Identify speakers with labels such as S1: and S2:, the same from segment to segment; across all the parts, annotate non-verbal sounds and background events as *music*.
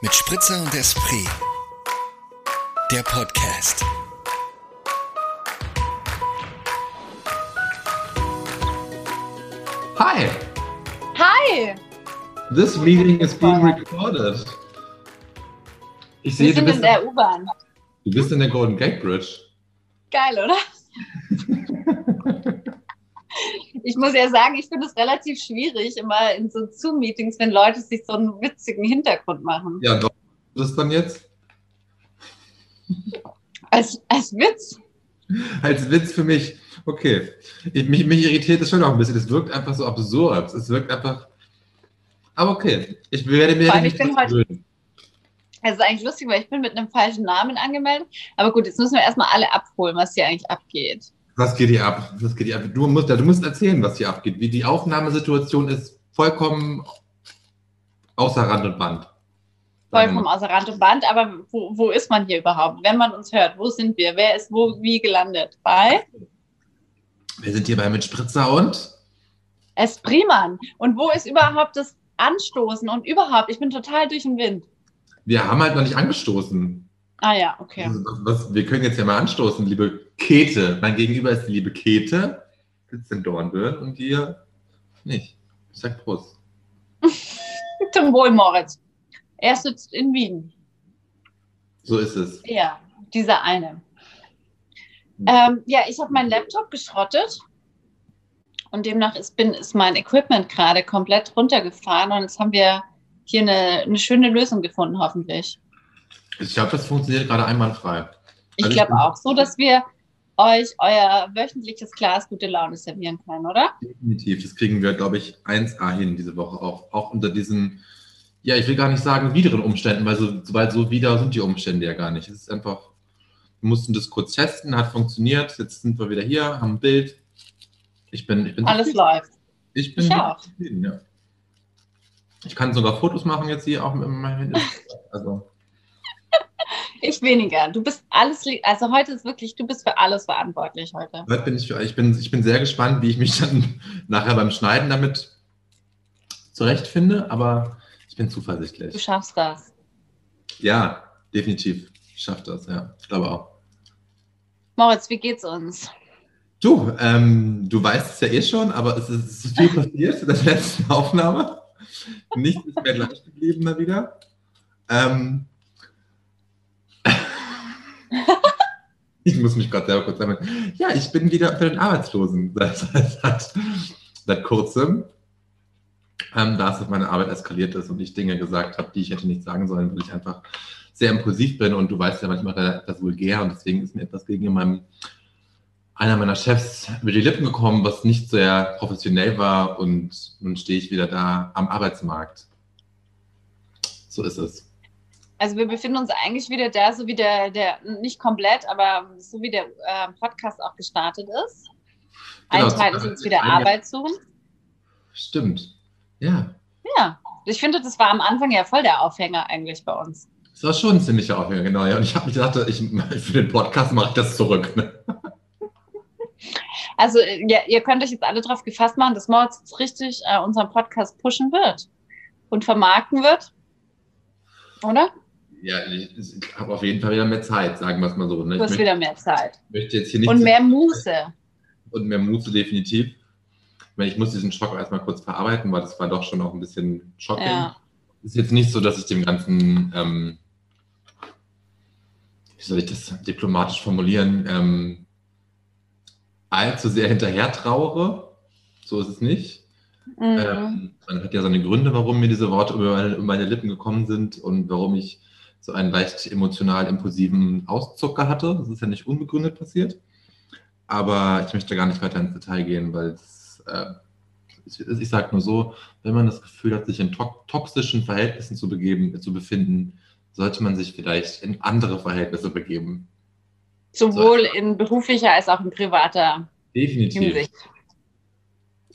S1: Mit Spritzer und Esprit. Der Podcast.
S2: Hi,
S3: Hi!
S2: this meeting is being recorded. Ich sehe,
S3: Wir
S2: du
S3: sind in
S2: bist,
S3: der U-Bahn.
S2: du bist in der Golden Gate Bridge.
S3: Geil, oder? Ich muss ja sagen, ich finde es relativ schwierig, immer in so Zoom-Meetings, wenn Leute sich so einen witzigen Hintergrund machen.
S2: Ja, doch. Das dann jetzt
S3: Als, als Witz.
S2: als Witz für mich. Okay. Ich, mich, mich irritiert das schon auch ein bisschen. Es wirkt einfach so absurd. Es wirkt einfach. Aber okay. Ich werde mir
S3: Vor allem,
S2: nicht
S3: ich bin
S2: dran
S3: heute-
S2: gewöhnen.
S3: Es ist eigentlich lustig, weil ich bin mit einem falschen Namen angemeldet. Aber gut, jetzt müssen wir erstmal alle abholen, was hier eigentlich abgeht.
S2: Was geht hier ab? Was geht hier ab? Du musst, du musst erzählen, was hier abgeht. Wie die Aufnahmesituation ist vollkommen außer Rand und Band.
S3: Vollkommen außer Rand und Band, aber wo, wo ist man hier überhaupt? Wenn man uns hört, wo sind wir? Wer ist wo wie gelandet? Bei
S2: Wir sind hier bei mit Spritzer und.
S3: Espriman. Und wo ist überhaupt das Anstoßen und überhaupt? Ich bin total durch den Wind.
S2: Wir haben halt noch nicht angestoßen.
S3: Ah ja, okay.
S2: Also, Was, wir können jetzt ja mal anstoßen, liebe Käthe. Mein Gegenüber ist die liebe Käthe, sitzt in Dornbirn und ihr nicht. Ich sag Prost.
S3: Zum Wohl, Moritz. Er sitzt in Wien.
S2: So ist es.
S3: Ja, dieser eine. Ähm, ja, ich habe meinen Laptop geschrottet und demnach ist, bin, ist mein Equipment gerade komplett runtergefahren und jetzt haben wir hier eine, eine schöne Lösung gefunden, hoffentlich.
S2: Ich glaube, das funktioniert gerade einwandfrei.
S3: Ich
S2: Also-
S3: glaube auch so, dass wir euch euer wöchentliches Glas gute Laune servieren können, oder?
S2: Definitiv. Das kriegen wir, glaube ich, 1A hin diese Woche auch. Auch unter diesen, ja, ich will gar nicht sagen wideren Umständen, weil so, weil so wieder sind die Umstände ja gar nicht. Es ist einfach, wir mussten das kurz testen, hat funktioniert. Jetzt sind wir wieder hier, haben ein Bild. Ich bin, ich bin
S3: Alles läuft.
S2: Ich bin
S3: Ich auch.
S2: zufrieden, ja. Ich kann sogar Fotos machen jetzt hier auch mit meinem Handy. Also,
S3: Ich weniger. Du bist alles, li- also heute ist wirklich, du bist für alles verantwortlich heute.
S2: heute bin ich, für- ich, bin, ich bin sehr gespannt, wie ich mich dann *laughs* nachher beim Schneiden damit zurechtfinde, aber ich bin
S3: Du
S2: zuversichtlich.
S3: schaffst das.
S2: Ja, definitiv. Ich schaffe das, ja. Ich glaube auch.
S3: Moritz, wie geht's uns?
S2: Du, ähm, du weißt es ja eh schon, aber es ist es ist viel passiert in der letzten Aufnahme. Nichts ist mehr gleich geblieben mal wieder. Ähm, *laughs* ich muss mich gerade selber kurz sammeln. Ja, ich bin wieder für den Arbeitslosen *laughs* seit, seit, seit, seit kurzem. Ähm, da es auf meine Arbeit eskaliert ist und ich Dinge gesagt habe, die ich hätte nicht sagen sollen, weil ich einfach sehr impulsiv bin und du weißt ja manchmal etwas vulgär und deswegen ist mir etwas gegen meinem einer meiner Chefs über die Lippen gekommen, was nicht sehr professionell war und nun stehe ich wieder da am Arbeitsmarkt. So ist es.
S3: Also wir befinden uns eigentlich wieder da, so wie der, der nicht komplett, aber so wie der äh, Podcast auch gestartet ist. Ein
S2: Genau,
S3: Teil
S2: so-
S3: ist jetzt wieder
S2: ein-
S3: Arbeit suchen.
S2: Stimmt. Ja,
S3: Ja, ich finde, das war am Anfang ja voll der Aufhänger eigentlich bei uns.
S2: es war schon ein ziemlicher Aufhänger, genau. Ja. Und ich habe mich gedacht, ich, *laughs* für den Podcast mache ich das zurück. Ne?
S3: Also äh, ja, ihr könnt euch jetzt alle darauf gefasst machen, dass Moritz jetzt richtig äh, unseren Podcast pushen wird und vermarkten wird. Oder?
S2: Ja, ich, ich habe auf jeden Fall wieder mehr Zeit, sagen wir es mal so. Ne?
S3: Du
S2: Ich
S3: hast
S2: möchte,
S3: wieder mehr Zeit
S2: möchte jetzt hier nicht
S3: und mehr Muße.
S2: und mehr Mut zu definitiv. Ich meine, Ich muss diesen Schock erstmal kurz verarbeiten, weil das war doch schon auch ein bisschen shocking.
S3: Ja.
S2: Ist jetzt nicht so, dass ich dem Ganzen, ähm, wie soll ich das diplomatisch formulieren, ähm, allzu sehr hinterher trauere. So ist es nicht.
S3: Mhm.
S2: Ähm, man hat ja seine Gründe, warum mir diese Worte über meine, über meine Lippen gekommen sind und warum ich so einen leicht emotional impulsiven Auszucker hatte. Das ist ja nicht unbegründet passiert. Aber ich möchte gar nicht weiter ins Detail gehen, weil es, äh, es- ich sage nur so, wenn man das Gefühl hat, sich in to toxischen Verhältnissen zu, begeben, äh, zu befinden, sollte man sich vielleicht in andere Verhältnisse begeben.
S3: Sowohl in beruflicher als auch in privater
S2: Definitiv.
S3: Hinsicht.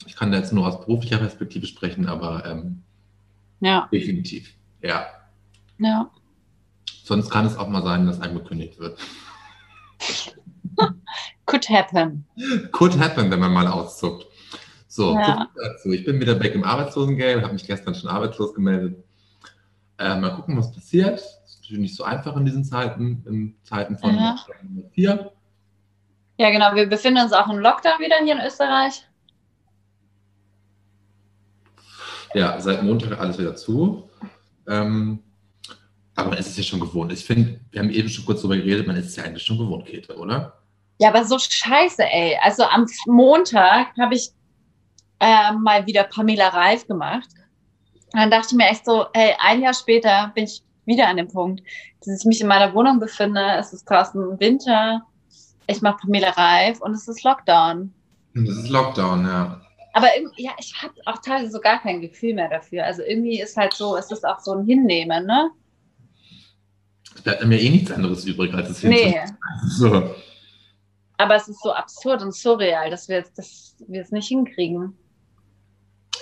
S2: Ich kann da jetzt nur aus beruflicher Perspektive sprechen, aber ähm,
S3: Ja,
S2: definitiv. Ja.
S3: ja.
S2: Sonst kann es auch mal sein, dass einem gekündigt wird.
S3: Could happen.
S2: Could happen, wenn man mal auszuckt. So,
S3: Ja.
S2: so viel dazu. Ich bin wieder back im Arbeitslosengeld, habe mich gestern schon arbeitslos gemeldet. Äh, mal gucken, was passiert. Das ist natürlich nicht so einfach in diesen Zeiten, in Zeiten von
S3: Aha.
S2: Lockdown 4.
S3: Ja, genau. Wir befinden uns auch im Lockdown wieder hier in Österreich.
S2: Ja, seit Montag alles wieder zu. Ähm, aber man ist es ja schon gewohnt. Ich finde, wir haben eben schon kurz darüber geredet, man ist es ja eigentlich schon gewohnt, Käthe, oder?
S3: Ja, aber so scheiße, ey. Also am Montag habe ich äh, mal wieder Pamela Reif gemacht. Und dann dachte ich mir echt so, hey, ein Jahr später bin ich wieder an dem Punkt, dass ich mich in meiner Wohnung befinde. Es ist draußen Winter. Ich mache Pamela Reif und es ist Lockdown.
S2: Das ist Lockdown, ja.
S3: Aber irgendwie- ja, ich habe auch teilweise so gar kein Gefühl mehr dafür. Also irgendwie ist halt so, es ist auch so ein Hinnehmen, ne?
S2: Es bleibt mir eh nichts anderes übrig, als es
S3: Nee.
S2: hinzunehmen. *laughs* So.
S3: Aber es ist so absurd und surreal, dass wir es dass wir es nicht hinkriegen.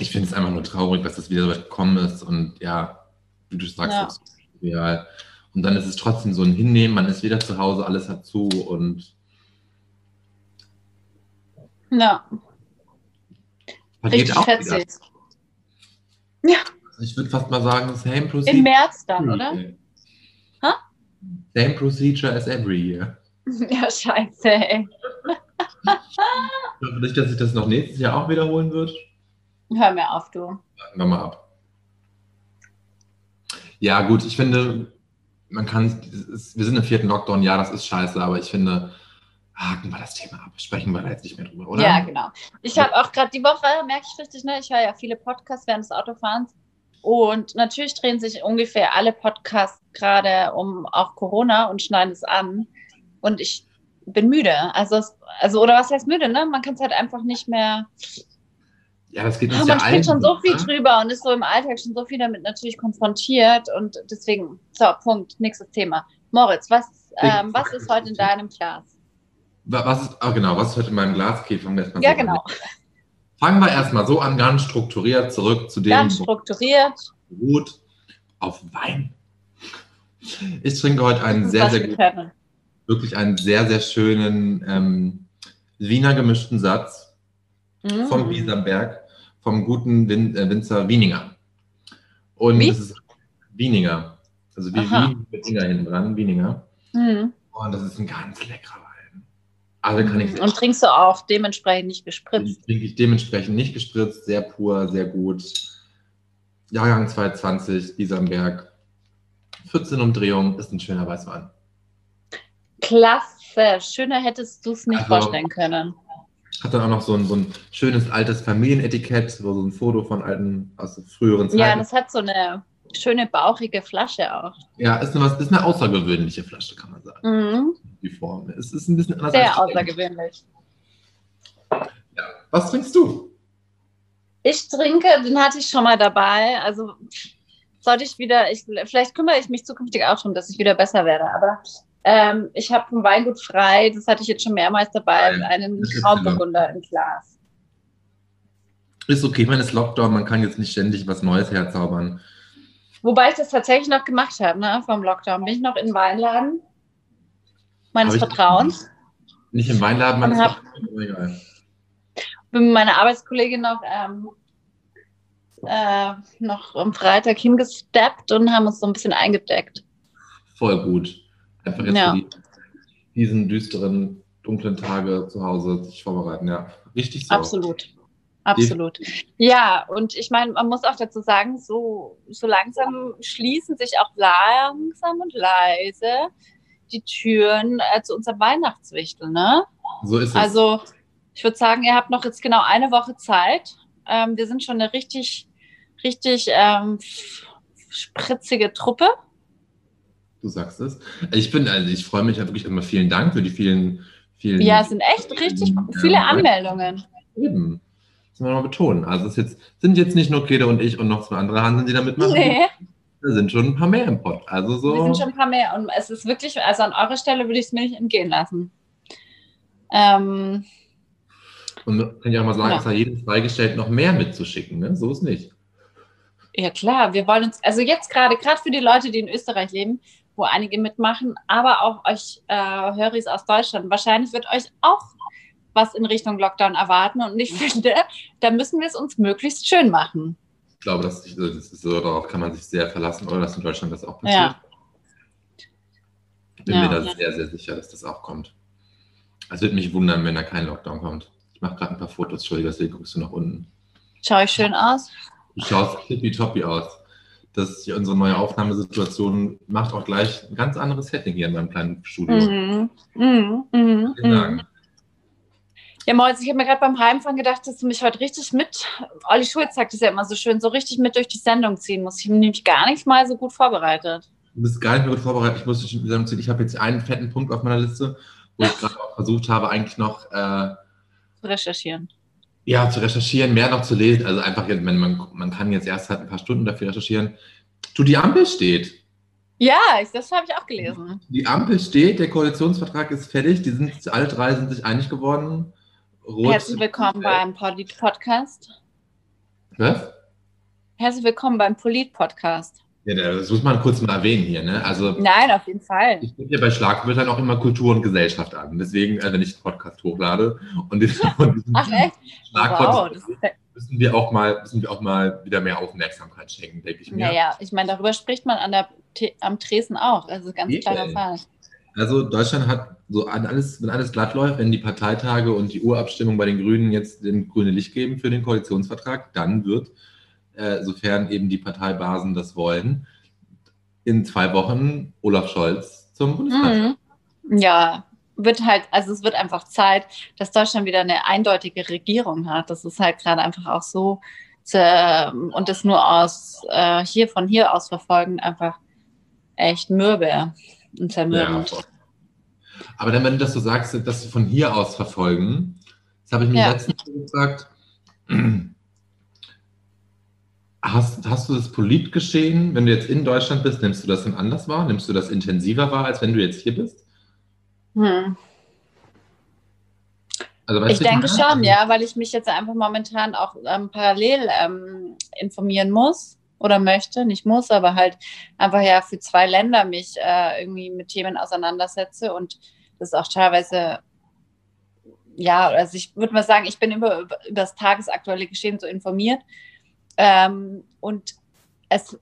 S2: Ich finde es einfach nur traurig, dass das wieder so weit gekommen ist und ja, wie du sagst,
S3: Ja.
S2: es ist real. Und dann ist es trotzdem so ein Hinnehmen, man ist wieder zu Hause, alles hat zu und
S3: Ja,
S2: vergeht
S3: richtig
S2: auch wieder.
S3: fetzig.
S2: Ich würde fast mal sagen, same
S3: Im
S2: procedure.
S3: März dann, oder? *laughs* Hä?
S2: Same procedure as every year.
S3: Ja, scheiße, ey.
S2: Ich hoffe nicht, dass sich das noch nächstes Jahr auch wiederholen wird.
S3: Hör mir auf, du.
S2: Warten wir mal ab. Ja, gut, ich finde, man kann, es ist, wir sind im vierten Lockdown, ja, das ist scheiße, aber ich finde, haken wir das Thema ab, sprechen wir da jetzt nicht mehr drüber, oder?
S3: Ja, genau. Ich habe auch gerade die Woche, merke ich richtig, ne? Ich höre ja viele Podcasts während des Autofahrens. Und natürlich drehen sich ungefähr alle Podcasts gerade um auch Corona und schneiden es an. Und ich bin müde. Also, es- also oder was heißt müde, ne? Man kann es halt einfach nicht mehr
S2: Ja, das geht
S3: Ah,
S2: uns ja
S3: man spricht schon
S2: allen
S3: so viel
S2: ne?
S3: drüber und ist so im Alltag schon so viel damit natürlich konfrontiert und deswegen, so, Punkt, nächstes Thema. Moritz, was, ähm, was ist heute in deinem Glas?
S2: Wa- Was ist, ah, genau, was ist heute in meinem Glas? Okay, fangen wir erstmal
S3: Ja,
S2: so
S3: genau,
S2: an. Fangen wir erstmal so an, ganz strukturiert zurück zu dem,
S3: ganz strukturiert,
S2: Gut, auf Wein. Ich trinke heute einen
S3: das
S2: sehr,
S3: was
S2: sehr
S3: wir
S2: guten,
S3: können.
S2: wirklich einen sehr, sehr schönen ähm, Wiener gemischten Satz
S3: Mhm.
S2: vom Wieserberg, vom guten Win äh, Winzer Wieninger. Und
S3: Wie?
S2: es ist Wieninger. Also wie
S3: Aha.
S2: Wien mit Inger hinten dran, Wieninger.
S3: Mhm.
S2: Und das ist ein ganz leckerer Wein. Also kann ich
S3: Mhm. Und trinkst du auch dementsprechend nicht gespritzt.
S2: Den trinke ich dementsprechend nicht gespritzt, sehr pur, sehr gut. Jahrgang 220, Isamberg. 14 Umdrehungen, ist ein schöner Weißwein.
S3: Klasse, schöner hättest du es nicht
S2: Mhm. Also-
S3: vorstellen können.
S2: Hat dann auch noch so ein, so ein schönes altes Familienetikett, wo so ein Foto von alten, aus früheren
S3: Ja,
S2: Zeiten.
S3: das hat so eine schöne bauchige Flasche auch.
S2: Ja, ist, eine, was- ist eine außergewöhnliche Flasche, kann man sagen.
S3: Mhm.
S2: Die Form. Es ist ein bisschen anders
S3: Sehr
S2: als die
S3: außergewöhnlich.
S2: Engländer. Was trinkst du?
S3: Ich trinke, den hatte ich schon mal dabei. Also sollte ich wieder, ich, vielleicht kümmere ich mich zukünftig auch drum, dass ich wieder besser werde. Aber ähm, ich habe vom Weingut frei, das hatte ich jetzt schon mehrmals dabei,
S2: Nein,
S3: einen
S2: das ist genau.
S3: Traumburgunder im Glas.
S2: Ist okay, man ist Lockdown, man kann jetzt nicht ständig was Neues herzaubern.
S3: Wobei ich das tatsächlich noch gemacht habe, ne, vom Lockdown. Bin ich noch in den Weinladen meines
S2: Hab ich-
S3: Vertrauens.
S2: Nicht im Weinladen, man
S3: Und
S2: ist
S3: hab-
S2: Lockdown, aber egal.
S3: Bin mit meiner Arbeitskollegin noch, ähm, äh, noch am Freitag hingesteppt und haben uns so ein bisschen eingedeckt.
S2: Voll gut. Einfach jetzt
S3: Ja.
S2: für die, diesen düsteren, dunklen Tage zu Hause sich vorbereiten, ja. Richtig so.
S3: Absolut. Absolut. Ja, und ich meine, man muss auch dazu sagen, so, so langsam schließen sich auch langsam und leise die Türen äh, zu unserem Weihnachtswichtel. Ne?
S2: So ist es.
S3: Also ich würde sagen, ihr habt noch jetzt genau eine Woche Zeit. Ähm, wir sind schon eine richtig, richtig ähm, spritzige Truppe.
S2: du sagst es. Ich bin, also ich freue mich ja wirklich immer. Vielen Dank für die vielen, vielen.
S3: Ja, es sind echt richtig viele Anmeldungen.
S2: Eben. Das muss man mal betonen. Also es ist jetzt, sind jetzt nicht nur Kede und ich und noch zwei andere Hansen, die da mitmachen.
S3: Nee.
S2: Da sind schon ein paar mehr im Pott. Also so.
S3: Wir sind schon ein paar mehr und es ist wirklich, also an eurer Stelle würde ich es mir nicht entgehen lassen. Ähm,
S2: und kann ich auch mal sagen,
S3: Ja.
S2: es hat jedem freigestellt, noch mehr mitzuschicken. Ne? So ist nicht.
S3: ja klar, wir wollen uns, also jetzt gerade, gerade für die Leute, die in Österreich leben, wo einige mitmachen, aber auch euch äh, Höris aus Deutschland, wahrscheinlich wird euch auch
S2: Mhm.
S3: was in Richtung Lockdown erwarten und ich finde, da müssen wir es uns möglichst schön machen.
S2: Ich glaube, das, ist- das ist so, darauf kann man sich sehr verlassen, oder dass in Deutschland das auch passiert. Ich bin
S3: Ja.
S2: mir da sehr, sehr sicher, dass das auch kommt. Es würde mich wundern, wenn da kein Lockdown kommt. Ich mache gerade ein paar Fotos, Entschuldigung, deswegen guckst du nach unten.
S3: Schaue ich schön aus?
S2: Du schaust tippitoppi aus. Das ist hier unsere neue Aufnahmesituation macht auch gleich ein ganz anderes Setting hier in meinem kleinen Studio.
S3: Mhm. Mhm. Mhm.
S2: Vielen
S3: Mhm.
S2: Dank.
S3: Ja, Moritz, ich habe mir gerade beim Heimfahren gedacht, dass du mich heute richtig mit, Olli Schulz sagt es ja immer so schön, so richtig mit durch die Sendung ziehen musst. Ich bin nämlich gar nicht mal so gut vorbereitet.
S2: Du bist gar nicht mehr gut vorbereitet. Ich muss dich zusammenziehen. Ich habe jetzt einen fetten Punkt auf meiner Liste, wo ich gerade auch versucht habe, eigentlich noch äh,
S3: zu Recherchieren.
S2: ja, zu recherchieren, mehr noch zu lesen. Also einfach, jetzt, wenn man, man kann jetzt erst halt ein paar Stunden dafür recherchieren. Du, die Ampel steht.
S3: Ja, ich, das habe ich auch gelesen.
S2: Die Ampel steht, der Koalitionsvertrag ist fertig. Die sind, alle drei sind sich einig geworden. Rot-
S3: Herzlich willkommen beim Polit Podcast.
S2: Was?
S3: Herzlich willkommen beim Polit Podcast.
S2: Ja, das muss man kurz mal erwähnen hier. Ne? Also
S3: Nein, auf jeden Fall.
S2: Ich gucke ja bei Schlagwörtern auch immer Kultur und Gesellschaft an. Deswegen, äh, wenn ich einen Podcast hochlade und diesen,
S3: *laughs*
S2: und diesen
S3: Ach echt? Wow,
S2: Schlagwort
S3: das ist ja,
S2: müssen, wir auch mal, müssen wir auch mal wieder mehr Aufmerksamkeit schenken, denke ich mir.
S3: naja, ich meine, darüber spricht man an der, T- am Tresen auch. Also ganz
S2: Eben.
S3: klarer Fall.
S2: Also Deutschland hat so an alles, wenn alles glatt läuft, wenn die Parteitage und die Urabstimmung bei den Grünen jetzt dem grüne Licht geben für den Koalitionsvertrag, dann wird, äh, sofern eben die Parteibasen das wollen, in zwei Wochen Olaf Scholz zum Bundeskanzler.
S3: Mhm. Ja, wird halt, also es wird einfach Zeit, dass Deutschland wieder eine eindeutige Regierung hat. Das ist halt gerade einfach auch so äh, und das nur aus äh, hier von hier aus verfolgen einfach echt mürbe und
S2: Ja,
S3: zermürbend.
S2: voll. aber dann, wenn du das so sagst, dass sie von hier aus verfolgen, das habe ich mir
S3: Ja.
S2: letztens so gesagt. *clears throat* Hast, hast du das Politgeschehen, wenn du jetzt in Deutschland bist, nimmst du das dann anders wahr? Nimmst du das intensiver wahr, als wenn du jetzt hier bist?
S3: Hm.
S2: Also,
S3: Ich
S2: weißt du,
S3: denke
S2: meine?
S3: schon, ja, weil ich mich jetzt einfach momentan auch ähm, parallel ähm, informieren muss oder möchte, nicht muss, aber halt einfach ja für zwei Länder mich äh, irgendwie mit Themen auseinandersetze und das auch teilweise, ja, also ich würde mal sagen, ich bin über, über das tagesaktuelle Geschehen so informiert ähm, und es,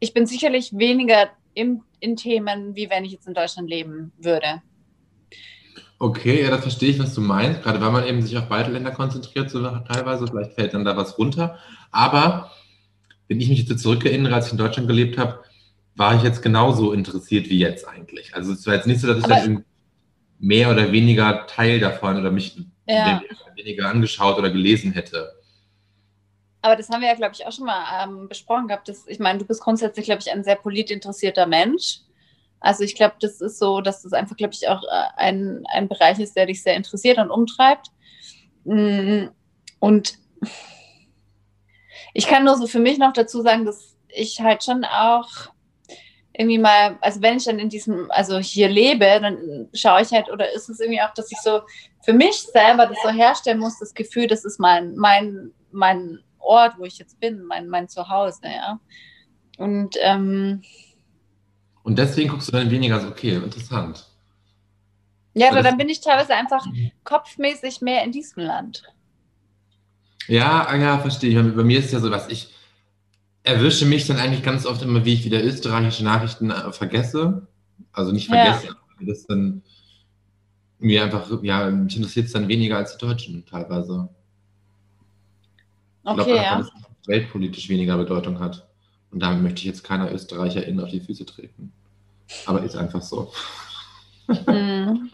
S3: ich bin sicherlich weniger im, in Themen, wie wenn ich jetzt in Deutschland leben würde.
S2: Okay, ja, das verstehe ich, was du meinst. Gerade weil man eben sich auf beide Länder konzentriert, so teilweise, vielleicht fällt dann da was runter. Aber wenn ich mich jetzt so zurückerinnere, als ich in Deutschland gelebt habe, war ich jetzt genauso interessiert wie jetzt eigentlich. Also es war jetzt nicht so, dass ich
S3: Aber-
S2: dann irgendwie mehr oder weniger Teil davon oder mich
S3: Ja.
S2: mehr oder weniger angeschaut oder gelesen hätte.
S3: Aber das haben wir ja, glaube ich, auch schon mal ähm, besprochen gehabt. Dass, ich meine, du bist grundsätzlich, glaube ich, ein sehr politinteressierter Mensch. Also ich glaube, das ist so, dass das einfach, glaube ich, auch äh, ein, ein Bereich ist, der dich sehr interessiert und umtreibt. Mm, Und ich kann nur so für mich noch dazu sagen, dass ich halt schon auch irgendwie mal, also wenn ich dann in diesem, also hier lebe, dann schaue ich halt, oder ist es irgendwie auch, dass ich so für mich selber das so herstellen muss, das Gefühl, das ist mein, mein, mein Ort, wo ich jetzt bin, mein, mein Zuhause, ja. Und ähm,
S2: Und deswegen guckst du dann weniger so, okay, interessant.
S3: ja,
S2: Aber
S3: aber
S2: das-
S3: dann bin ich teilweise einfach kopfmäßig mehr in diesem Land.
S2: Ja, ah ja, verstehe ich. Bei- Bei mir ist ja so, dass ich erwische mich dann eigentlich ganz oft immer, wie ich wieder österreichische Nachrichten äh, vergesse. Also nicht
S3: Ja.
S2: vergesse, aber das dann mir einfach, ja, mich interessiert es dann weniger als die Deutschen teilweise. Ich
S3: Okay,
S2: glaube,
S3: ja.
S2: dass das weltpolitisch weniger Bedeutung hat. Und damit möchte ich jetzt keiner Österreicherin auf die Füße treten. Aber ist einfach so.
S3: Mhm.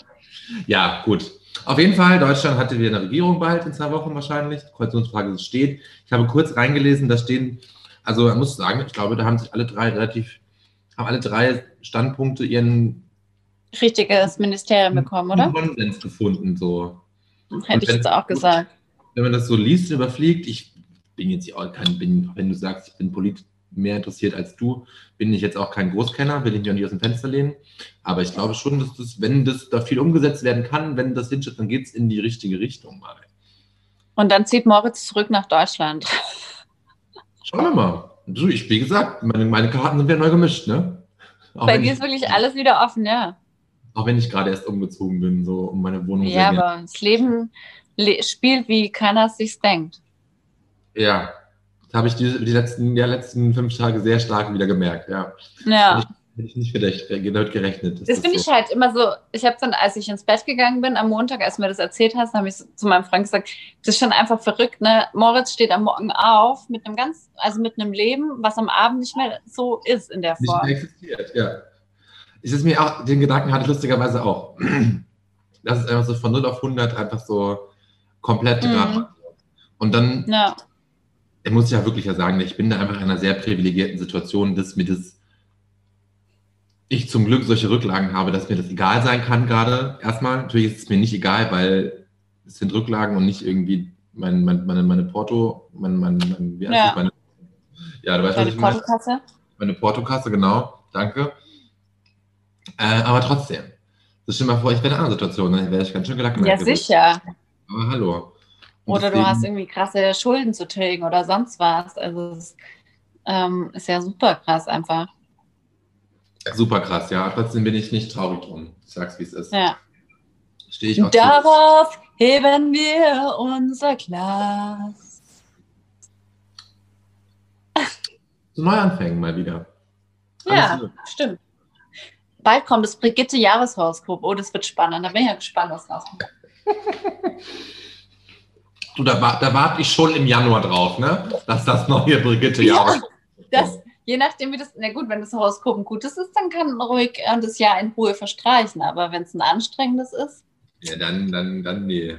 S2: Ja, gut. Auf jeden Fall, Deutschland hatte wieder eine Regierung bald in zwei Wochen wahrscheinlich. Die Koalitionsfrage steht. Ich habe kurz reingelesen, da stehen, also man muss sagen, ich glaube, da haben sich alle drei relativ, haben alle drei Standpunkte ihren
S3: Richtiges Ministerium bekommen, oder?
S2: Konsens gefunden. So.
S3: Hätte ich
S2: Hm. wenn-
S3: jetzt auch gesagt.
S2: Wenn man das so liest und überfliegt, ich bin jetzt auch kein, bin, wenn du sagst, ich bin politisch mehr interessiert als du, bin ich jetzt auch kein Großkenner, will ich mich auch nicht aus dem Fenster lehnen. Aber ich glaube schon, dass das, wenn das da viel umgesetzt werden kann, wenn das hinschickt, dann geht es in die richtige Richtung mal.
S3: Und dann zieht Moritz zurück nach Deutschland.
S2: Schauen wir mal. Du, ich, wie gesagt, meine, meine Karten sind wieder neu gemischt, ne? Auch,
S3: Bei
S2: wenn
S3: dir
S2: ich,
S3: ist wirklich alles wieder offen, ja.
S2: auch wenn ich gerade erst umgezogen bin, so um meine Wohnung
S3: Ja,
S2: sehr gerne-
S3: aber das Leben le spielt, wie keiner es sich denkt.
S2: Ja, habe ich die, die letzten, ja, letzten fünf Tage sehr stark wieder gemerkt, ja.
S3: Ja.
S2: Hätte ich nicht gedacht, äh, genau gerechnet. dass
S3: Das finde
S2: so-
S3: ich halt immer so, ich habe dann, als ich ins Bett gegangen bin am Montag, als du mir das erzählt hast, habe ich so zu meinem Freund gesagt, das ist schon einfach verrückt, ne? Moritz steht am Morgen auf mit einem ganz, also mit einem Leben, was am Abend nicht mehr so ist in der
S2: nicht mehr
S3: Form.
S2: existiert, ja. Es ist mir auch, den Gedanken hatte ich lustigerweise auch. Das ist einfach so von 0 auf 100 einfach so komplett
S3: Mhm.
S2: mhm. Und dann
S3: Ja,
S2: ich muss ja wirklich ja sagen, ich bin da einfach in einer sehr privilegierten Situation, dass mir das, ich zum Glück solche Rücklagen habe, dass mir das egal sein kann gerade. Erstmal, natürlich ist es mir nicht egal, weil es sind Rücklagen und nicht irgendwie mein, mein, meine, meine Porto, mein, mein, mein, wie heißt
S3: Ja.
S2: das? meine, ja, du weißt, was
S3: deine
S2: ich meine.
S3: Portokasse.
S2: Meine Portokasse, genau. Danke. Äh, aber trotzdem. So stell dir mal vor, ich wäre in einer anderen Situation, dann wäre ich ganz schön gelackt.
S3: Ja, sicher.
S2: Aber hallo. Und
S3: Oder du
S2: deswegen-
S3: hast irgendwie krasse Schulden zu tilgen oder sonst was. Also es ist, ähm, ist ja super krass einfach.
S2: Super krass, ja. Trotzdem bin ich nicht traurig drum. Ich sag's, wie es ist.
S3: Ja.
S2: Stehe ich auch zu.
S3: Darauf heben wir unser Glas.
S2: zu Neuanfängen mal wieder.
S3: Ja,
S2: Alles gut.
S3: stimmt. Bald kommt das Brigitte-Jahreshoroskop. Oh, das wird spannend. Da bin ich ja gespannt, was rauskommt.
S2: Du, da, wa- da warte ich schon im Januar drauf, ne? Dass das neue Brigitte
S3: Ja.
S2: Jahr
S3: Das, je nachdem, wie das, na gut, wenn das Horoskop ein gutes ist, dann kann ruhig äh, das Jahr in Ruhe verstreichen. Aber wenn es ein anstrengendes ist,
S2: Ja, dann, dann, dann, nee.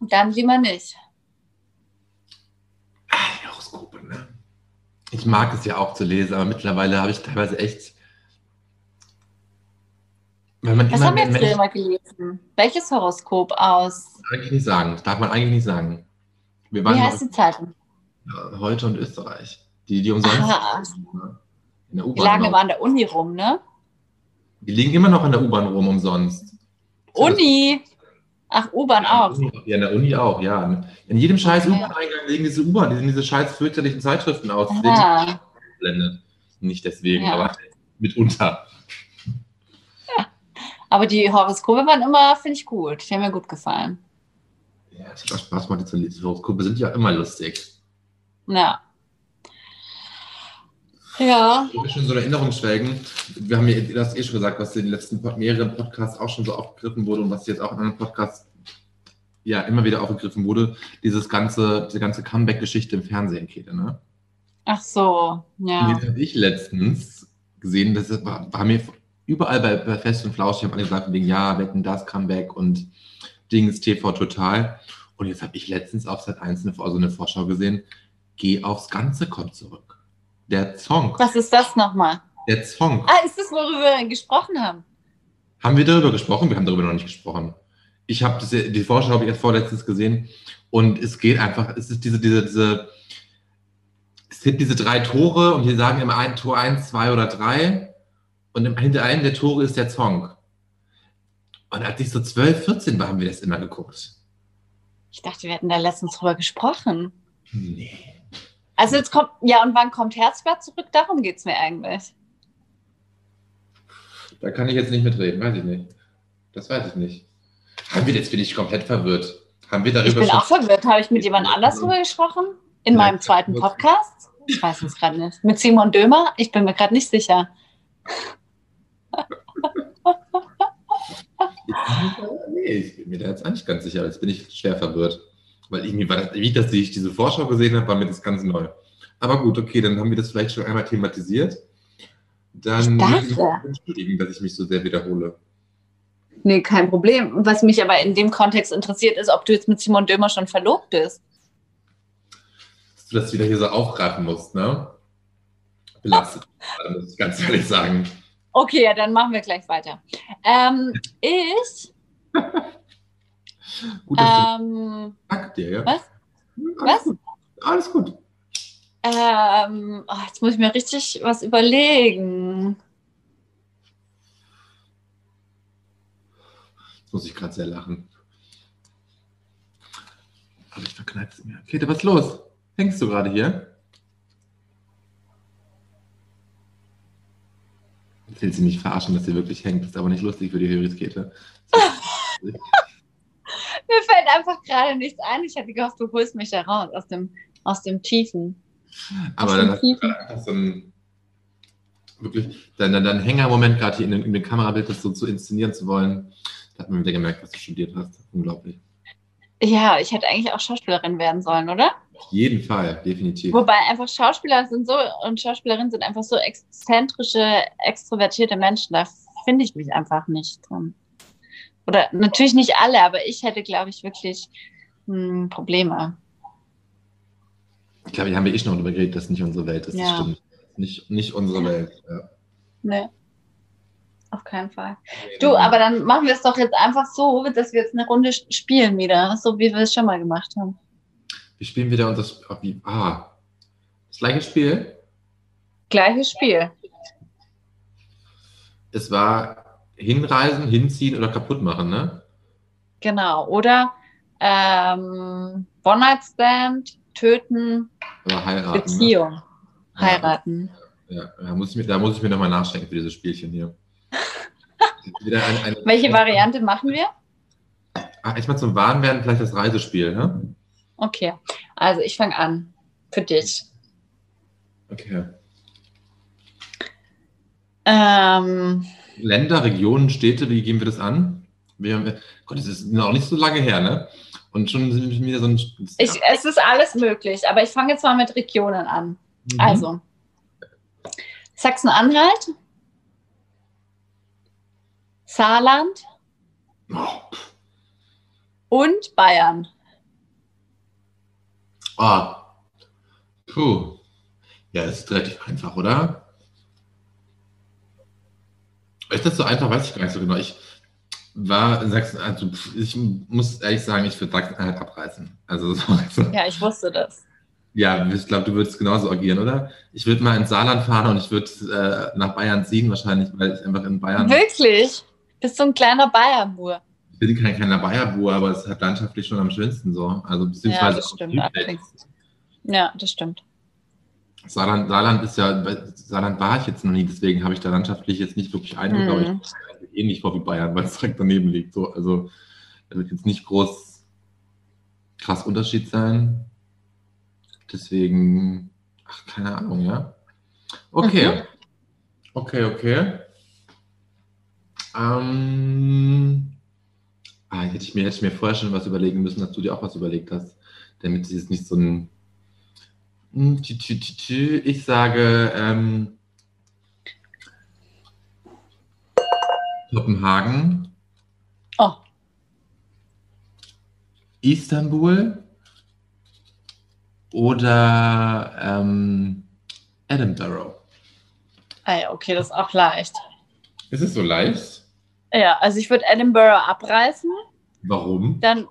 S3: dann lieber nicht.
S2: Ah, die Horoskope, ne? Ich mag es ja auch zu lesen, aber mittlerweile habe ich teilweise echt. Wenn man
S3: Was
S2: immer
S3: haben wir jetzt
S2: Menschen-
S3: immer gelesen? Welches Horoskop aus?
S2: eigentlich nicht sagen. Das darf man eigentlich nicht sagen. Wir
S3: Wie
S2: waren
S3: heißt die Zeitung?
S2: noch heute und Österreich. Die, die umsonst ne?
S3: Ah,
S2: in der
S3: die
S2: U-Bahn.
S3: lagen
S2: laufen.
S3: immer an der Uni rum, ne?
S2: Die liegen immer noch in der U-Bahn rum umsonst.
S3: Uni! Ach, U-Bahn auch.
S2: Ja, in der Uni auch, ja. In jedem scheiß
S3: Okay.
S2: U-Bahn-Eingang liegen diese U-Bahn, die sind diese scheiß fürchterlichen Zeitschriften aus, die
S3: Ah,
S2: blendet. Nicht deswegen,
S3: Ja.
S2: aber mitunter.
S3: aber die Horoskope waren immer, finde ich gut. Die haben mir gut gefallen.
S2: Ja, das hat auch Spaß gemacht, die zu lesen. Horoskope sind ja immer lustig.
S3: Ja. Ja,
S2: Wo wir schon so in Erinnerung schwelgen, wir haben ja das eh schon gesagt, was in den letzten Pod mehreren Podcasts auch schon so aufgegriffen wurde und was jetzt auch in anderen Podcasts ja immer wieder aufgegriffen wurde, dieses ganze, diese ganze Comeback-Geschichte im Fernsehen, Kete, ne?
S3: ach so, ja.
S2: Und jetzt habe ich letztens gesehen, das war, war mir überall bei, bei Fest und Flausch, ich habe alle gesagt, von wegen, ja, wetten das Comeback und Dings TV total. Und jetzt habe ich letztens auf Sat 1 eine, also eine Vorschau gesehen, Geh aufs Ganze kommt zurück. Der Song,
S3: Was ist das nochmal?
S2: der Song.
S3: Ah, ist das, worüber wir gesprochen haben?
S2: Haben wir darüber gesprochen? Wir haben darüber noch nicht gesprochen. Ich habe das- die Vorschau habe ich erst vorletztens gesehen und es geht einfach, es ist diese, diese, diese, es sind diese drei Tore und die sagen immer ein Tor eins, zwei oder drei und im, hinter einem der Tore ist der Song. Und als ich so 12, 14 war, haben wir das immer geguckt.
S3: Ich dachte, wir hätten da letztens drüber gesprochen.
S2: Nee.
S3: Also jetzt kommt, ja, und wann kommt Herzblatt zurück? Darum geht es mir eigentlich.
S2: Da kann ich jetzt nicht mitreden, weiß ich nicht. Das weiß ich nicht. Haben wir, jetzt bin ich komplett verwirrt. Haben wir
S3: Ich
S2: darüber
S3: bin auch verwirrt. Habe ich mit
S2: Ich
S3: jemand
S2: bin auch
S3: anders drüber
S2: verwirrt.
S3: gesprochen? In
S2: Nein,
S3: meinem zweiten
S2: das-
S3: Podcast? Ich weiß es gerade nicht. Mit Simon Dömer? Ich bin mir gerade nicht sicher.
S2: Nee, ich bin mir da jetzt eigentlich ganz sicher. Jetzt bin ich schwer verwirrt. Weil irgendwie war das, wie das, wie ich diese Vorschau gesehen habe, war mir das ganz neu. Aber gut, okay, dann haben wir das vielleicht schon einmal thematisiert. Dann
S3: Ich
S2: muss
S3: dachte.
S2: ich mich entschuldigen, dass ich mich so sehr wiederhole.
S3: Nee, kein Problem. Was mich aber in dem Kontext interessiert, ist, ob du jetzt mit Simon Dömer schon verlobt bist.
S2: Dass du das wieder hier so aufgreifen musst, ne?
S3: *laughs*
S2: Belastet, gerade, muss ich ganz ehrlich sagen.
S3: Okay, ja, dann machen wir gleich weiter. Ähm, ich.
S2: Gut, dass
S3: Ähm,
S2: du sagst dir, ja? Hm, Alles
S3: was? was?
S2: Gut. Alles gut.
S3: ähm, oh, jetzt muss ich mir richtig was überlegen.
S2: Jetzt muss ich gerade sehr lachen. Aber ich verkneif's mir. Käthe, was ist los? Hängst du gerade hier? Ich will sie nicht verarschen, dass sie wirklich hängt. Ist aber nicht lustig für die Höris, Käthe.
S3: Mir fällt einfach gerade nichts ein. Ich hatte gehofft, du holst mich da raus aus dem, aus dem Tiefen.
S2: Aber dann hast du einfach so einen, wirklich, dann, dann, dann Hänger-Moment gerade hier in, den- in dem Kamerabild, das so zu inszenieren zu wollen. Da hat man wieder gemerkt, was du studiert hast. Unglaublich.
S3: Ja, ich hätte eigentlich auch Schauspielerin werden sollen, oder?
S2: Auf jeden Fall, definitiv.
S3: Wobei einfach Schauspieler sind so und Schauspielerinnen sind einfach so exzentrische, extrovertierte Menschen. Da finde ich mich einfach nicht drin. Oder natürlich nicht alle, aber ich hätte, glaube ich, wirklich hm, Probleme.
S2: Ich glaube, hier haben wir eh schon darüber geredet, dass nicht unsere Welt ist.
S3: Ja.
S2: Das stimmt. Nicht, nicht unsere Welt. Ja.
S3: Nee. Auf keinen Fall. Du, aber dann machen wir es doch jetzt einfach so, dass wir jetzt eine Runde sch- spielen wieder, so wie wir es schon mal gemacht haben.
S2: Wir spielen wieder unser. Sp- Ah, wie- Ah. Das gleiche Spiel.
S3: Gleiches Spiel.
S2: Es war hinreisen, hinziehen oder kaputt machen, ne?
S3: Genau. Oder ähm, One-Night-Stand, töten,
S2: Oder heiraten.
S3: Beziehung,
S2: Ne?
S3: heiraten.
S2: Ja, ja, da muss ich mir, da muss ich mir nochmal nachschenken für dieses Spielchen
S3: *laughs*
S2: hier. Wieder ein, ein,
S3: Welche Variante machen wir?
S2: Ah, echt mal zum Wahn werden, vielleicht das Reisespiel, ne?
S3: Okay, also ich fange an. Für dich.
S2: Okay.
S3: Ähm,
S2: Länder, Regionen, Städte, wie gehen wir das an? Wir haben, Gott, das ist noch nicht so lange her, ne? Und schon sind wir wieder so ein.
S3: ich, Es ist alles möglich, aber ich fange jetzt mal mit Regionen an.
S2: Mhm.
S3: Also, Sachsen-Anhalt, Saarland
S2: Oh,
S3: und Bayern.
S2: Ah. Puh. Ja, das ist relativ einfach, oder? Ist das so einfach? Weiß ich gar nicht so genau. Ich war in Sachsen, also pf, ich muss ehrlich sagen, ich würde Sachsen-Anhalt abreißen. Also, so-
S3: Ja, ich wusste das.
S2: ja, ich glaube, du würdest genauso agieren, oder? Ich würde mal ins Saarland fahren und ich würde äh, nach Bayern ziehen, wahrscheinlich, weil ich einfach in Bayern.
S3: Wirklich? Bist du ein kleiner Bayern-Bur?
S2: Ich bin kein kleiner Bayerbur, aber es ist halt landschaftlich schon am schönsten so. Also,
S3: Ja,
S2: beziehungsweise
S3: das
S2: auch
S3: stimmt.
S2: Südwelt.
S3: allerdings. Ja, das stimmt.
S2: Saarland, Saarland ist ja, Saarland war ich jetzt noch nie, deswegen habe ich da landschaftlich jetzt nicht wirklich Eindruck,
S3: Mhm.
S2: aber ich komme mir eigentlich ähnlich eh vor wie Bayern, weil es direkt daneben liegt. So, also da wird jetzt nicht groß krass Unterschied sein. Deswegen, ach, keine Ahnung, ja. Okay.
S3: Mhm.
S2: Okay, okay. Ähm, ah, hätte ich mir, hätte ich mir vorher schon was überlegen müssen, dass du dir auch was überlegt hast, damit es nicht so ein Hm, tü, tü, tü, tü. Ich sage ähm, Kopenhagen,
S3: Oh,
S2: Istanbul oder ähm, Edinburgh.
S3: ah ja, okay, das ist auch leicht.
S2: Ist es so leicht?
S3: Ja, also ich würde Edinburgh abreißen.
S2: Warum?
S3: Dann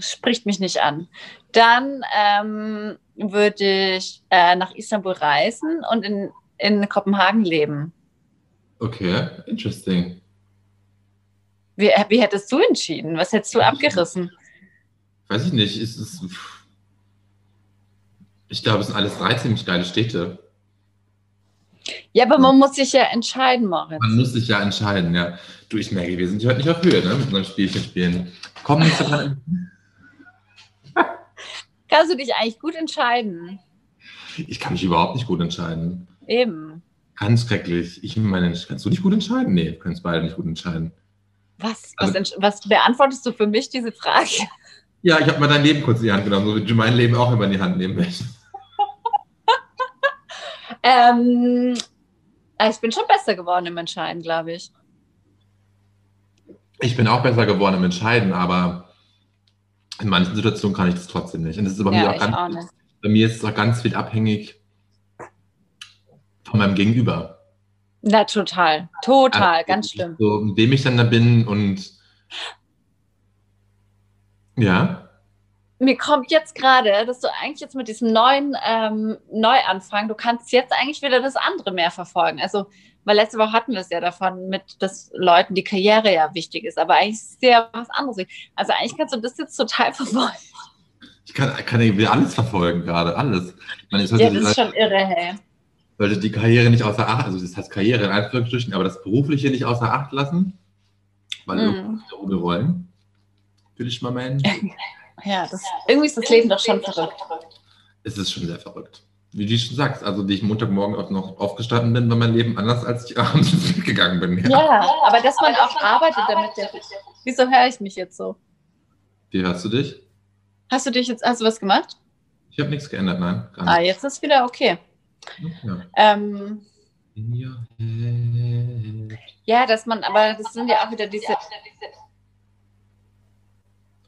S3: spricht mich nicht an. Dann ähm, würde ich äh, nach Istanbul reisen und in, in Kopenhagen leben.
S2: Okay, interesting.
S3: Wie, äh, wie hättest du entschieden? Was hättest du abgerissen?
S2: Weiß ich nicht. Ist es, pff. ich glaube, es sind alles drei ziemlich geile Städte.
S3: Ja, aber man muss sich ja entscheiden, Moritz.
S2: Man muss sich ja entscheiden, ja. Du, ich merke, wir sind heute nicht auf Höhe, ne? Mit unserem Spielchen spielen. Komm nicht so dran.
S3: Kannst du dich eigentlich gut entscheiden?
S2: Ich kann mich überhaupt nicht gut entscheiden.
S3: Eben.
S2: Ganz schrecklich. Ich meine, kannst du nicht gut entscheiden? Nee, wir können es beide nicht gut entscheiden.
S3: Was, was,
S2: Also-
S3: entsch- was beantwortest du für mich diese Frage? *laughs*
S2: Ja, ich habe mal dein Leben kurz in die Hand genommen, so wie du mein Leben auch immer in die Hand nehmen möchtest.
S3: Ähm, ich bin schon besser geworden im Entscheiden, glaube ich.
S2: Ich bin auch besser geworden im Entscheiden, aber in manchen Situationen kann ich das trotzdem nicht. Und das ist bei, mir
S3: Ja,
S2: auch
S3: ich
S2: ganz,
S3: auch nicht.
S2: bei mir ist es auch ganz viel abhängig von meinem Gegenüber.
S3: Na, total. Total,
S2: Also,
S3: ganz schlimm.
S2: So, mit wem ich dann da bin und ja,
S3: Mir kommt jetzt gerade, dass du eigentlich jetzt mit diesem neuen ähm, Neuanfang, du kannst jetzt eigentlich wieder das andere mehr verfolgen. Also, weil letzte Woche hatten wir es ja davon, mit dass Leuten die Karriere ja wichtig ist, aber eigentlich ist es ja was anderes. Also eigentlich kannst du das jetzt total *laughs* verfolgen.
S2: Also, ich kann, kann ja wieder alles verfolgen gerade, alles. Ich meine, ich sollte
S3: Ja,
S2: die
S3: das ist
S2: Leute-
S3: schon irre, hey.
S2: sollte die Karriere nicht außer Acht, also das heißt Karriere in Anführungsstrichen, aber das Berufliche nicht außer Acht lassen, weil
S3: Mhm.
S2: irgendwann wieder oben rollen, würde ich mal meinen.
S3: *laughs* Ja, das, irgendwie ist das Leben doch schon verrückt.
S2: es ist schon sehr verrückt. Wie du schon sagst, also wie ich Montagmorgen auch noch aufgestanden bin, war mein Leben anders, als ich *laughs* abends ins Bett gegangen bin.
S3: Ja, Oh, aber dass man auch arbeitet, damit der. Wieso höre ich mich jetzt so?
S2: Wie hörst du dich?
S3: Hast du dich jetzt, hast du was gemacht?
S2: Ich habe nichts geändert, nein.
S3: Ah,
S2: Gar nicht.
S3: jetzt ist wieder okay.
S2: Ja.
S3: Ähm,
S2: In your head.
S3: ja, dass man, aber das sind ja auch wieder diese.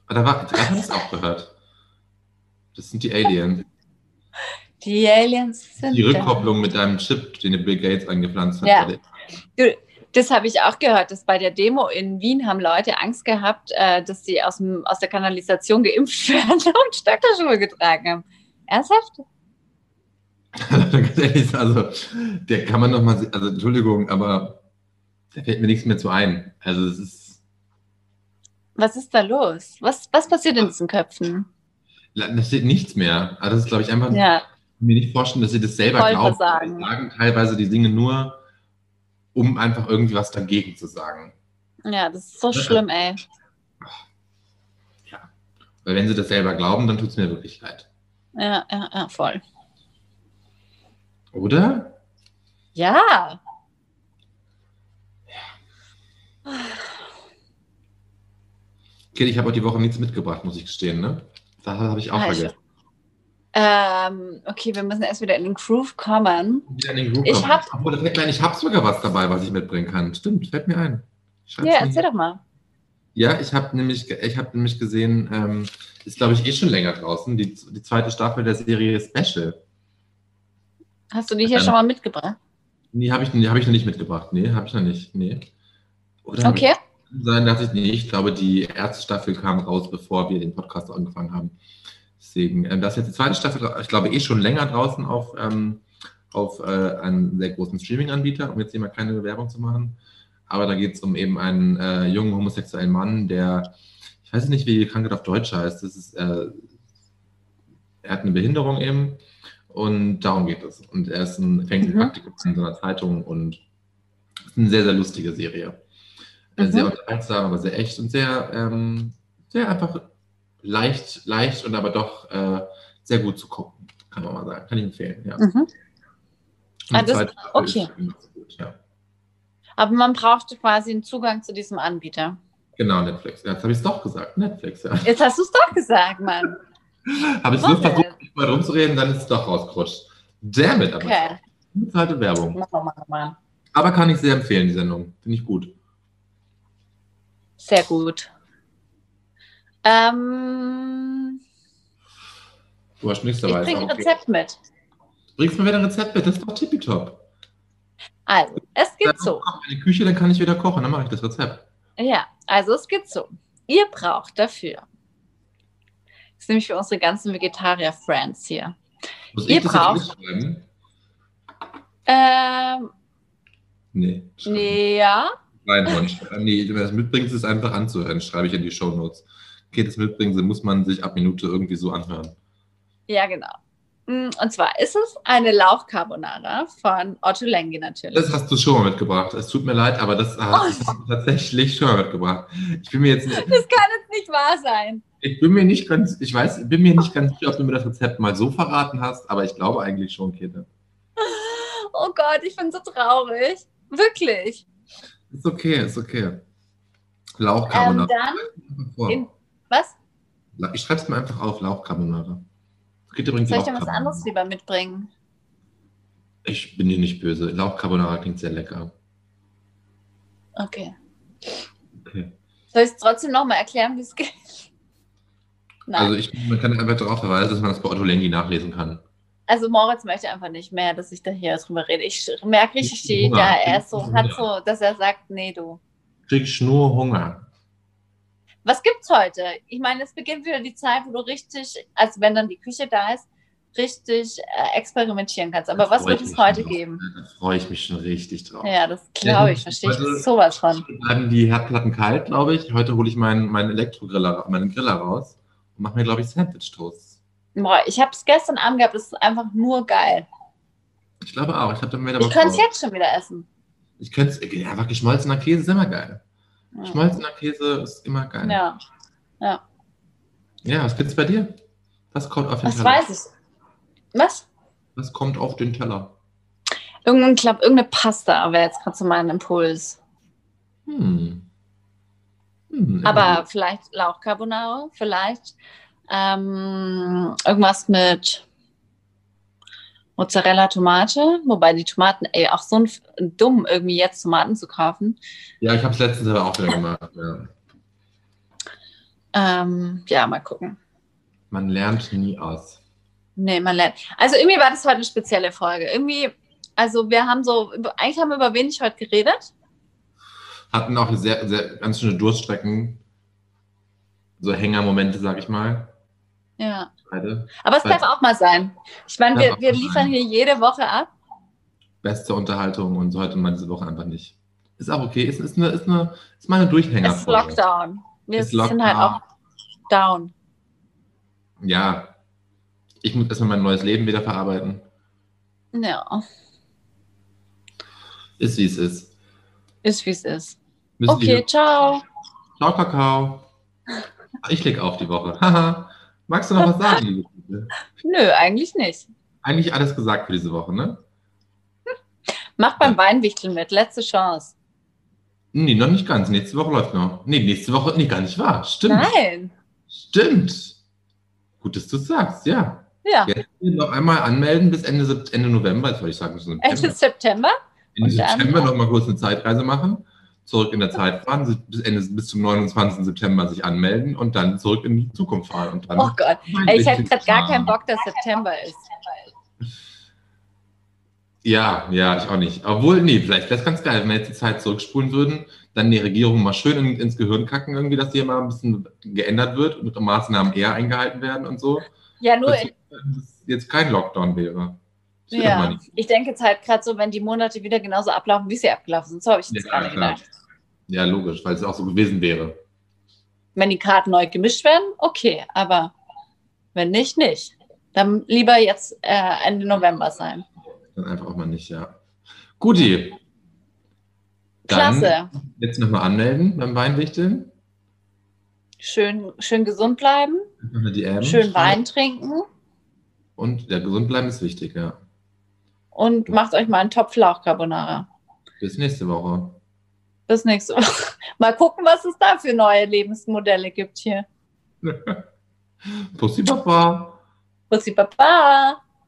S2: Ah, da war, da haben es auch gehört. Das sind die Aliens.
S3: Die Aliens sind.
S2: Die
S3: da.
S2: Rückkopplung mit deinem Chip, den der Bill Gates eingepflanzt hat.
S3: Ja. Das habe ich auch gehört, dass bei der Demo in Wien haben Leute Angst gehabt, äh, dass sie aus, dem, aus der Kanalisation geimpft *laughs* werden und Stöckerschuhe getragen haben. Ernsthaft?
S2: Ganz ehrlich, also, *laughs* der kann man nochmal, also Entschuldigung, aber da fällt mir nichts mehr zu ein. Also es ist,
S3: Was ist da los? Was, was passiert in diesen Köpfen?
S2: da steht nichts mehr. Also das ist, glaube ich, einfach,
S3: Ja,
S2: mir nicht vorstellen, dass sie das selber
S3: Voll
S2: glauben.
S3: versagen.
S2: Sie sagen teilweise die Dinge nur, um einfach irgendwie was dagegen zu sagen.
S3: ja, das ist so schlimm, ey.
S2: Weil wenn sie das selber glauben, dann tut es mir wirklich leid.
S3: Ja, ja, ja, voll.
S2: Oder?
S3: Ja.
S2: Okay, ich habe auch die Woche nichts mitgebracht, muss ich gestehen, ne? Da habe ich auch
S3: Ah, ich-
S2: vergessen.
S3: Ähm, okay, wir müssen erst wieder in den Groove kommen.
S2: Wieder in den Group
S3: Ich
S2: kommen.
S3: hab-
S2: Obwohl, das fällt mir ein, ich habe sogar was dabei, was ich mitbringen kann. Stimmt, fällt mir ein. Ich schreib's
S3: Ja,
S2: mir.
S3: erzähl doch mal.
S2: Ja, ich habe nämlich, ge- ich hab nämlich gesehen, ähm, ist glaube ich eh schon länger draußen, die, die zweite Staffel der Serie Special.
S3: Hast du die hier
S2: Ähm,
S3: schon mal mitgebracht?
S2: Nee, habe ich, nee, hab ich noch nicht mitgebracht. Nee, habe ich noch nicht. Nee. Oder hab
S3: Okay.
S2: ich- sein, dass ich nicht. Ich glaube, die erste Staffel kam raus, bevor wir den Podcast angefangen haben. Deswegen, ähm, das ist jetzt die zweite Staffel, dra- ich glaube, eh schon länger draußen auf, ähm, auf äh, einem sehr großen Streaming-Anbieter, um jetzt hier mal keine Bewerbung zu machen. Aber da geht es um eben einen äh, jungen homosexuellen Mann, der, ich weiß nicht, wie die Krankheit auf Deutsch heißt, das ist, äh, er hat eine Behinderung eben und darum geht es. Und er ist ein, fängt ein
S3: Mhm.
S2: Praktikum an in so einer Zeitung und es ist eine sehr, sehr lustige Serie. Äh,
S3: Mhm.
S2: Sehr unterhaltsam, aber sehr echt und sehr, ähm, sehr einfach leicht, leicht und aber doch äh, sehr gut zu gucken, kann man mal sagen. Kann ich empfehlen, ja.
S3: Mhm.
S2: Und
S3: Ah, das-
S2: zweite Staffel
S3: okay.
S2: ist eben auch so gut, ja.
S3: Aber man brauchte quasi einen Zugang zu diesem Anbieter.
S2: Genau, Netflix. Ja, jetzt habe ich es doch gesagt. Netflix, ja.
S3: Jetzt hast du es doch gesagt, Mann.
S2: Habe ich so
S3: Vorteil.
S2: versucht, mich mal rumzureden, dann ist es doch rausgerutscht. Damn it, aber
S3: Okay.
S2: bezahlte Werbung.
S3: Mach mal, mach mal.
S2: Aber kann ich sehr empfehlen, die Sendung. Finde ich gut.
S3: Sehr gut. Ähm,
S2: Du hast nichts
S3: ich
S2: dabei. ist
S3: bringe ein
S2: auch okay.
S3: Rezept mit.
S2: Bringst mir wieder ein Rezept mit, das ist doch tippitopp.
S3: Also, es
S2: Dann
S3: geht so.
S2: komm in die Küche, dann kann ich wieder kochen, dann mache ich das Rezept.
S3: Ja, also es geht so. Ihr braucht dafür. Das ist nämlich für unsere ganzen Vegetarier-Friends hier.
S2: Muss
S3: Ihr
S2: ich das jetzt
S3: braucht-
S2: mitschreiben?
S3: Ähm,
S2: Nee. schreib nicht
S3: nee, ja.
S2: Reinhauen. Schreib- Äh, Nee, wenn das mitbringst, ist einfach anzuhören. Schreibe ich in die Shownotes. Okay, das mitbringen, muss man sich ab Minute irgendwie so anhören.
S3: Ja, genau. Mm, Und zwar ist es eine Lauchcarbonara von Otto Lengi natürlich.
S2: Das hast du schon mal mitgebracht. Es tut mir leid, aber das
S3: Oh.
S2: hast du tatsächlich schon mal mitgebracht. Ich bin mir jetzt nicht,
S3: Das kann jetzt nicht wahr sein.
S2: ich bin mir nicht ganz, ich weiß, bin mir nicht ganz sicher, ob du mir das Rezept mal so verraten hast, aber ich glaube eigentlich schon, Käthe.
S3: Oh Gott, ich bin so traurig. Wirklich.
S2: Ist okay, ist okay.
S3: Ähm,
S2: Lauchcarbonara.
S3: dann,
S2: Vor.
S3: in- was?
S2: La- Ich schreibe es mir einfach auf, Lauchcarbonara. Es geht übrigens
S3: Soll ich denn was
S2: Lauchcarbonara.
S3: anderes lieber mitbringen?
S2: Ich bin dir nicht böse. Lauchcarbonara klingt sehr lecker.
S3: Okay.
S2: Okay.
S3: Soll ich es trotzdem nochmal erklären, wie es geht?
S2: *laughs*
S3: Nein.
S2: Also
S3: Also,
S2: ich, man kann einfach darauf verweisen, dass man das bei Otto Lengi nachlesen kann.
S3: Also Moritz möchte einfach nicht mehr, dass ich da hier drüber rede. Ich merke richtig,
S2: Ich hab
S3: die,
S2: Hunger.
S3: ja, er ist
S2: Ich
S3: so,
S2: hab
S3: hat
S2: Hunger.
S3: so, dass er sagt, nee, du.
S2: Krieg ich nur Hunger.
S3: Was gibt's heute? Ich meine, es beginnt wieder die Zeit, wo du richtig, also wenn dann die Küche da ist, richtig äh, experimentieren kannst. Aber
S2: Da
S3: was
S2: freu
S3: wird
S2: ich
S3: es
S2: mich
S3: heute
S2: schon drauf.
S3: geben?
S2: Da freue ich mich schon richtig drauf.
S3: Ja, das glaube ich,
S2: Ja,
S3: verstehe ich
S2: heute-
S3: sowas von.
S2: Bleiben die Herdplatten kalt, glaube ich. Heute hole ich meinen, meinen Elektrogriller, meinen Griller raus und mache mir, glaube ich, Sandwich-Toast.
S3: Boah, ich habe es gestern Abend gehabt, es ist einfach nur geil.
S2: Ich glaube auch. Ich habe dann wieder
S3: Ich
S2: Bock
S3: könnte es
S2: drauf.
S3: jetzt schon wieder essen.
S2: Ich könnte es, ja, einfach geschmolzener Käse ist immer geil.
S3: Ja.
S2: Geschmolzener Käse ist immer geil. Ja,
S3: ja.
S2: was gibt's bei dir? Was kommt auf den
S3: Was
S2: Teller?
S3: weiß ich? Was?
S2: Was kommt auf den Teller?
S3: Irgendein, ich glaube, irgendeine Pasta wäre jetzt gerade so mein Impuls.
S2: Hm. Hm,
S3: Aber vielleicht Lauchcarbonara, vielleicht ähm, irgendwas mit Mozzarella, Tomate, wobei die Tomaten, ey, auch so ein F- dumm, irgendwie jetzt Tomaten zu kaufen.
S2: Ja, ich habe es letztens aber auch wieder gemacht. Ja.
S3: Ähm, ja, mal gucken.
S2: Man lernt nie aus.
S3: Nee, man lernt. Also irgendwie war das heute eine spezielle Folge. Irgendwie, also wir haben so, eigentlich haben wir über wenig heute geredet.
S2: Hatten auch sehr, sehr ganz schöne Durststrecken, so Hängermomente, sag ich mal.
S3: Ja.
S2: Beide.
S3: Aber es darf auch mal sein. Ich meine,
S2: Darf
S3: wir,
S2: auch
S3: wir
S2: mal
S3: liefern
S2: sein.
S3: hier jede Woche ab.
S2: Beste Unterhaltung und so heute mal diese Woche einfach nicht. Ist auch okay. Ist, ist, eine, ist, eine, ist mal eine Durchhänger.
S3: Es ist Lockdown. Wir
S2: Ist
S3: sind halt auch
S2: Lockdown.
S3: down.
S2: Ja. Ich muss erstmal mein neues Leben wieder verarbeiten.
S3: Ja,
S2: Ist wie es ist.
S3: ist wie es ist.
S2: Müssen
S3: Okay, ciao.
S2: Ciao, Kakao. Ich leg auf die Woche. Haha. Magst du noch was sagen, liebe
S3: *laughs*
S2: Gute?
S3: Nö, eigentlich nicht.
S2: Eigentlich alles gesagt für diese Woche, ne?
S3: Mach beim Weinwichteln mit. Letzte Chance.
S2: Nee, noch nicht ganz. Nächste Woche läuft noch. Nee, nächste Woche, nee, gar nicht wahr. Stimmt.
S3: Nein.
S2: Stimmt. Gut, dass du sagst, ja.
S3: Ja,
S2: Jetzt noch einmal anmelden bis Ende, Sep- Ende November, jetzt wollte ich sagen, September.
S3: Ende September.
S2: Ende
S3: Und dann-
S2: September noch mal kurz eine Zeitreise machen, zurück in der Zeit fahren, si- bis, Ende, bis zum 29. September sich anmelden und dann zurück in die Zukunft fahren. Und dann
S3: Oh Gott. Ey, ich hätte gerade gar
S2: Ah.
S3: keinen Bock, dass September ist.
S2: Ja, ja, ich auch nicht. Obwohl, nee, vielleicht wäre es ganz geil, wenn wir jetzt die Zeit zurückspulen würden, dann die Regierung mal schön in, ins Gehirn kacken, irgendwie, dass die mal ein bisschen geändert wird und Maßnahmen eher eingehalten werden und so.
S3: Ja, nur
S2: Dass
S3: in,
S2: es jetzt kein Lockdown wäre. Das wäre doch mal
S3: ja.
S2: nicht.
S3: Ich denke jetzt halt gerade so, wenn die Monate wieder genauso ablaufen, wie sie abgelaufen sind. So habe ich jetzt
S2: Ja,
S3: gerade
S2: klar.
S3: gedacht.
S2: Ja, logisch, weil es auch so gewesen wäre.
S3: Wenn die Karten neu gemischt werden, okay. Aber wenn nicht, nicht. Dann lieber jetzt äh, Ende November sein.
S2: Dann einfach auch mal nicht, ja. Guti. Dann
S3: Klasse.
S2: Jetzt nochmal anmelden beim Weinwichteln.
S3: Schön, schön gesund bleiben,
S2: Einfach eine DM.
S3: schön Wein trinken
S2: Und ja, gesund bleiben ist wichtig, ja.
S3: und macht euch mal einen Topf Lauchcarbonara.
S2: Bis nächste Woche.
S3: Bis nächste *laughs* Woche. Mal gucken, was es da für neue Lebensmodelle gibt hier.
S2: Pussy Papa.
S3: Bussi Baba!